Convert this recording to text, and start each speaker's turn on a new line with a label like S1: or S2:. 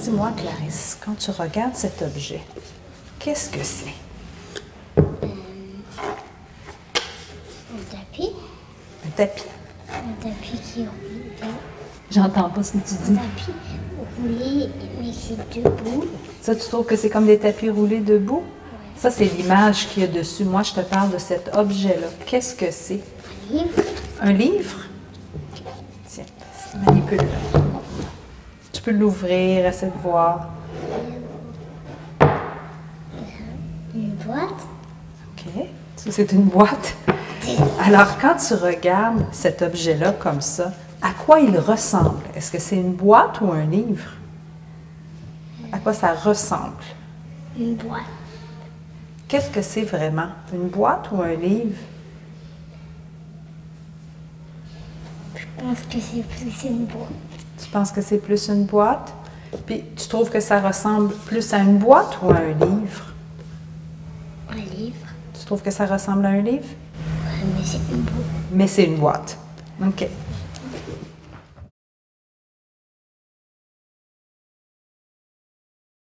S1: Dis-moi, Clarisse, quand tu regardes cet objet, qu'est-ce que c'est?
S2: Un tapis.
S1: Un tapis?
S2: Un tapis qui roule.
S1: J'entends pas ce que tu
S2: Un
S1: dis.
S2: tapis roulé, mais qui est debout.
S1: Ça, tu trouves que c'est comme des tapis roulés debout? Ça, c'est l'image qu'il y a dessus. Moi, je te parle de cet objet-là. Qu'est-ce que c'est?
S2: Un livre.
S1: Un livre? Tiens, manipule-le. Tu peux l'ouvrir, essayer de voir.
S2: Une boîte.
S1: OK. Ça, C'est une boîte. Alors, quand tu regardes cet objet-là comme ça, à quoi il ressemble? Est-ce que c'est une boîte ou un livre? À quoi ça ressemble?
S2: Une boîte.
S1: Qu'est-ce que c'est vraiment? Une boîte ou un livre?
S2: Je pense que c'est plus une boîte.
S1: Tu penses que c'est plus une boîte? Puis tu trouves que ça ressemble plus à une boîte ou à un livre?
S2: Un livre.
S1: Tu trouves que ça ressemble à un livre?
S2: Ouais, mais c'est une boîte.
S1: Mais c'est une boîte. OK.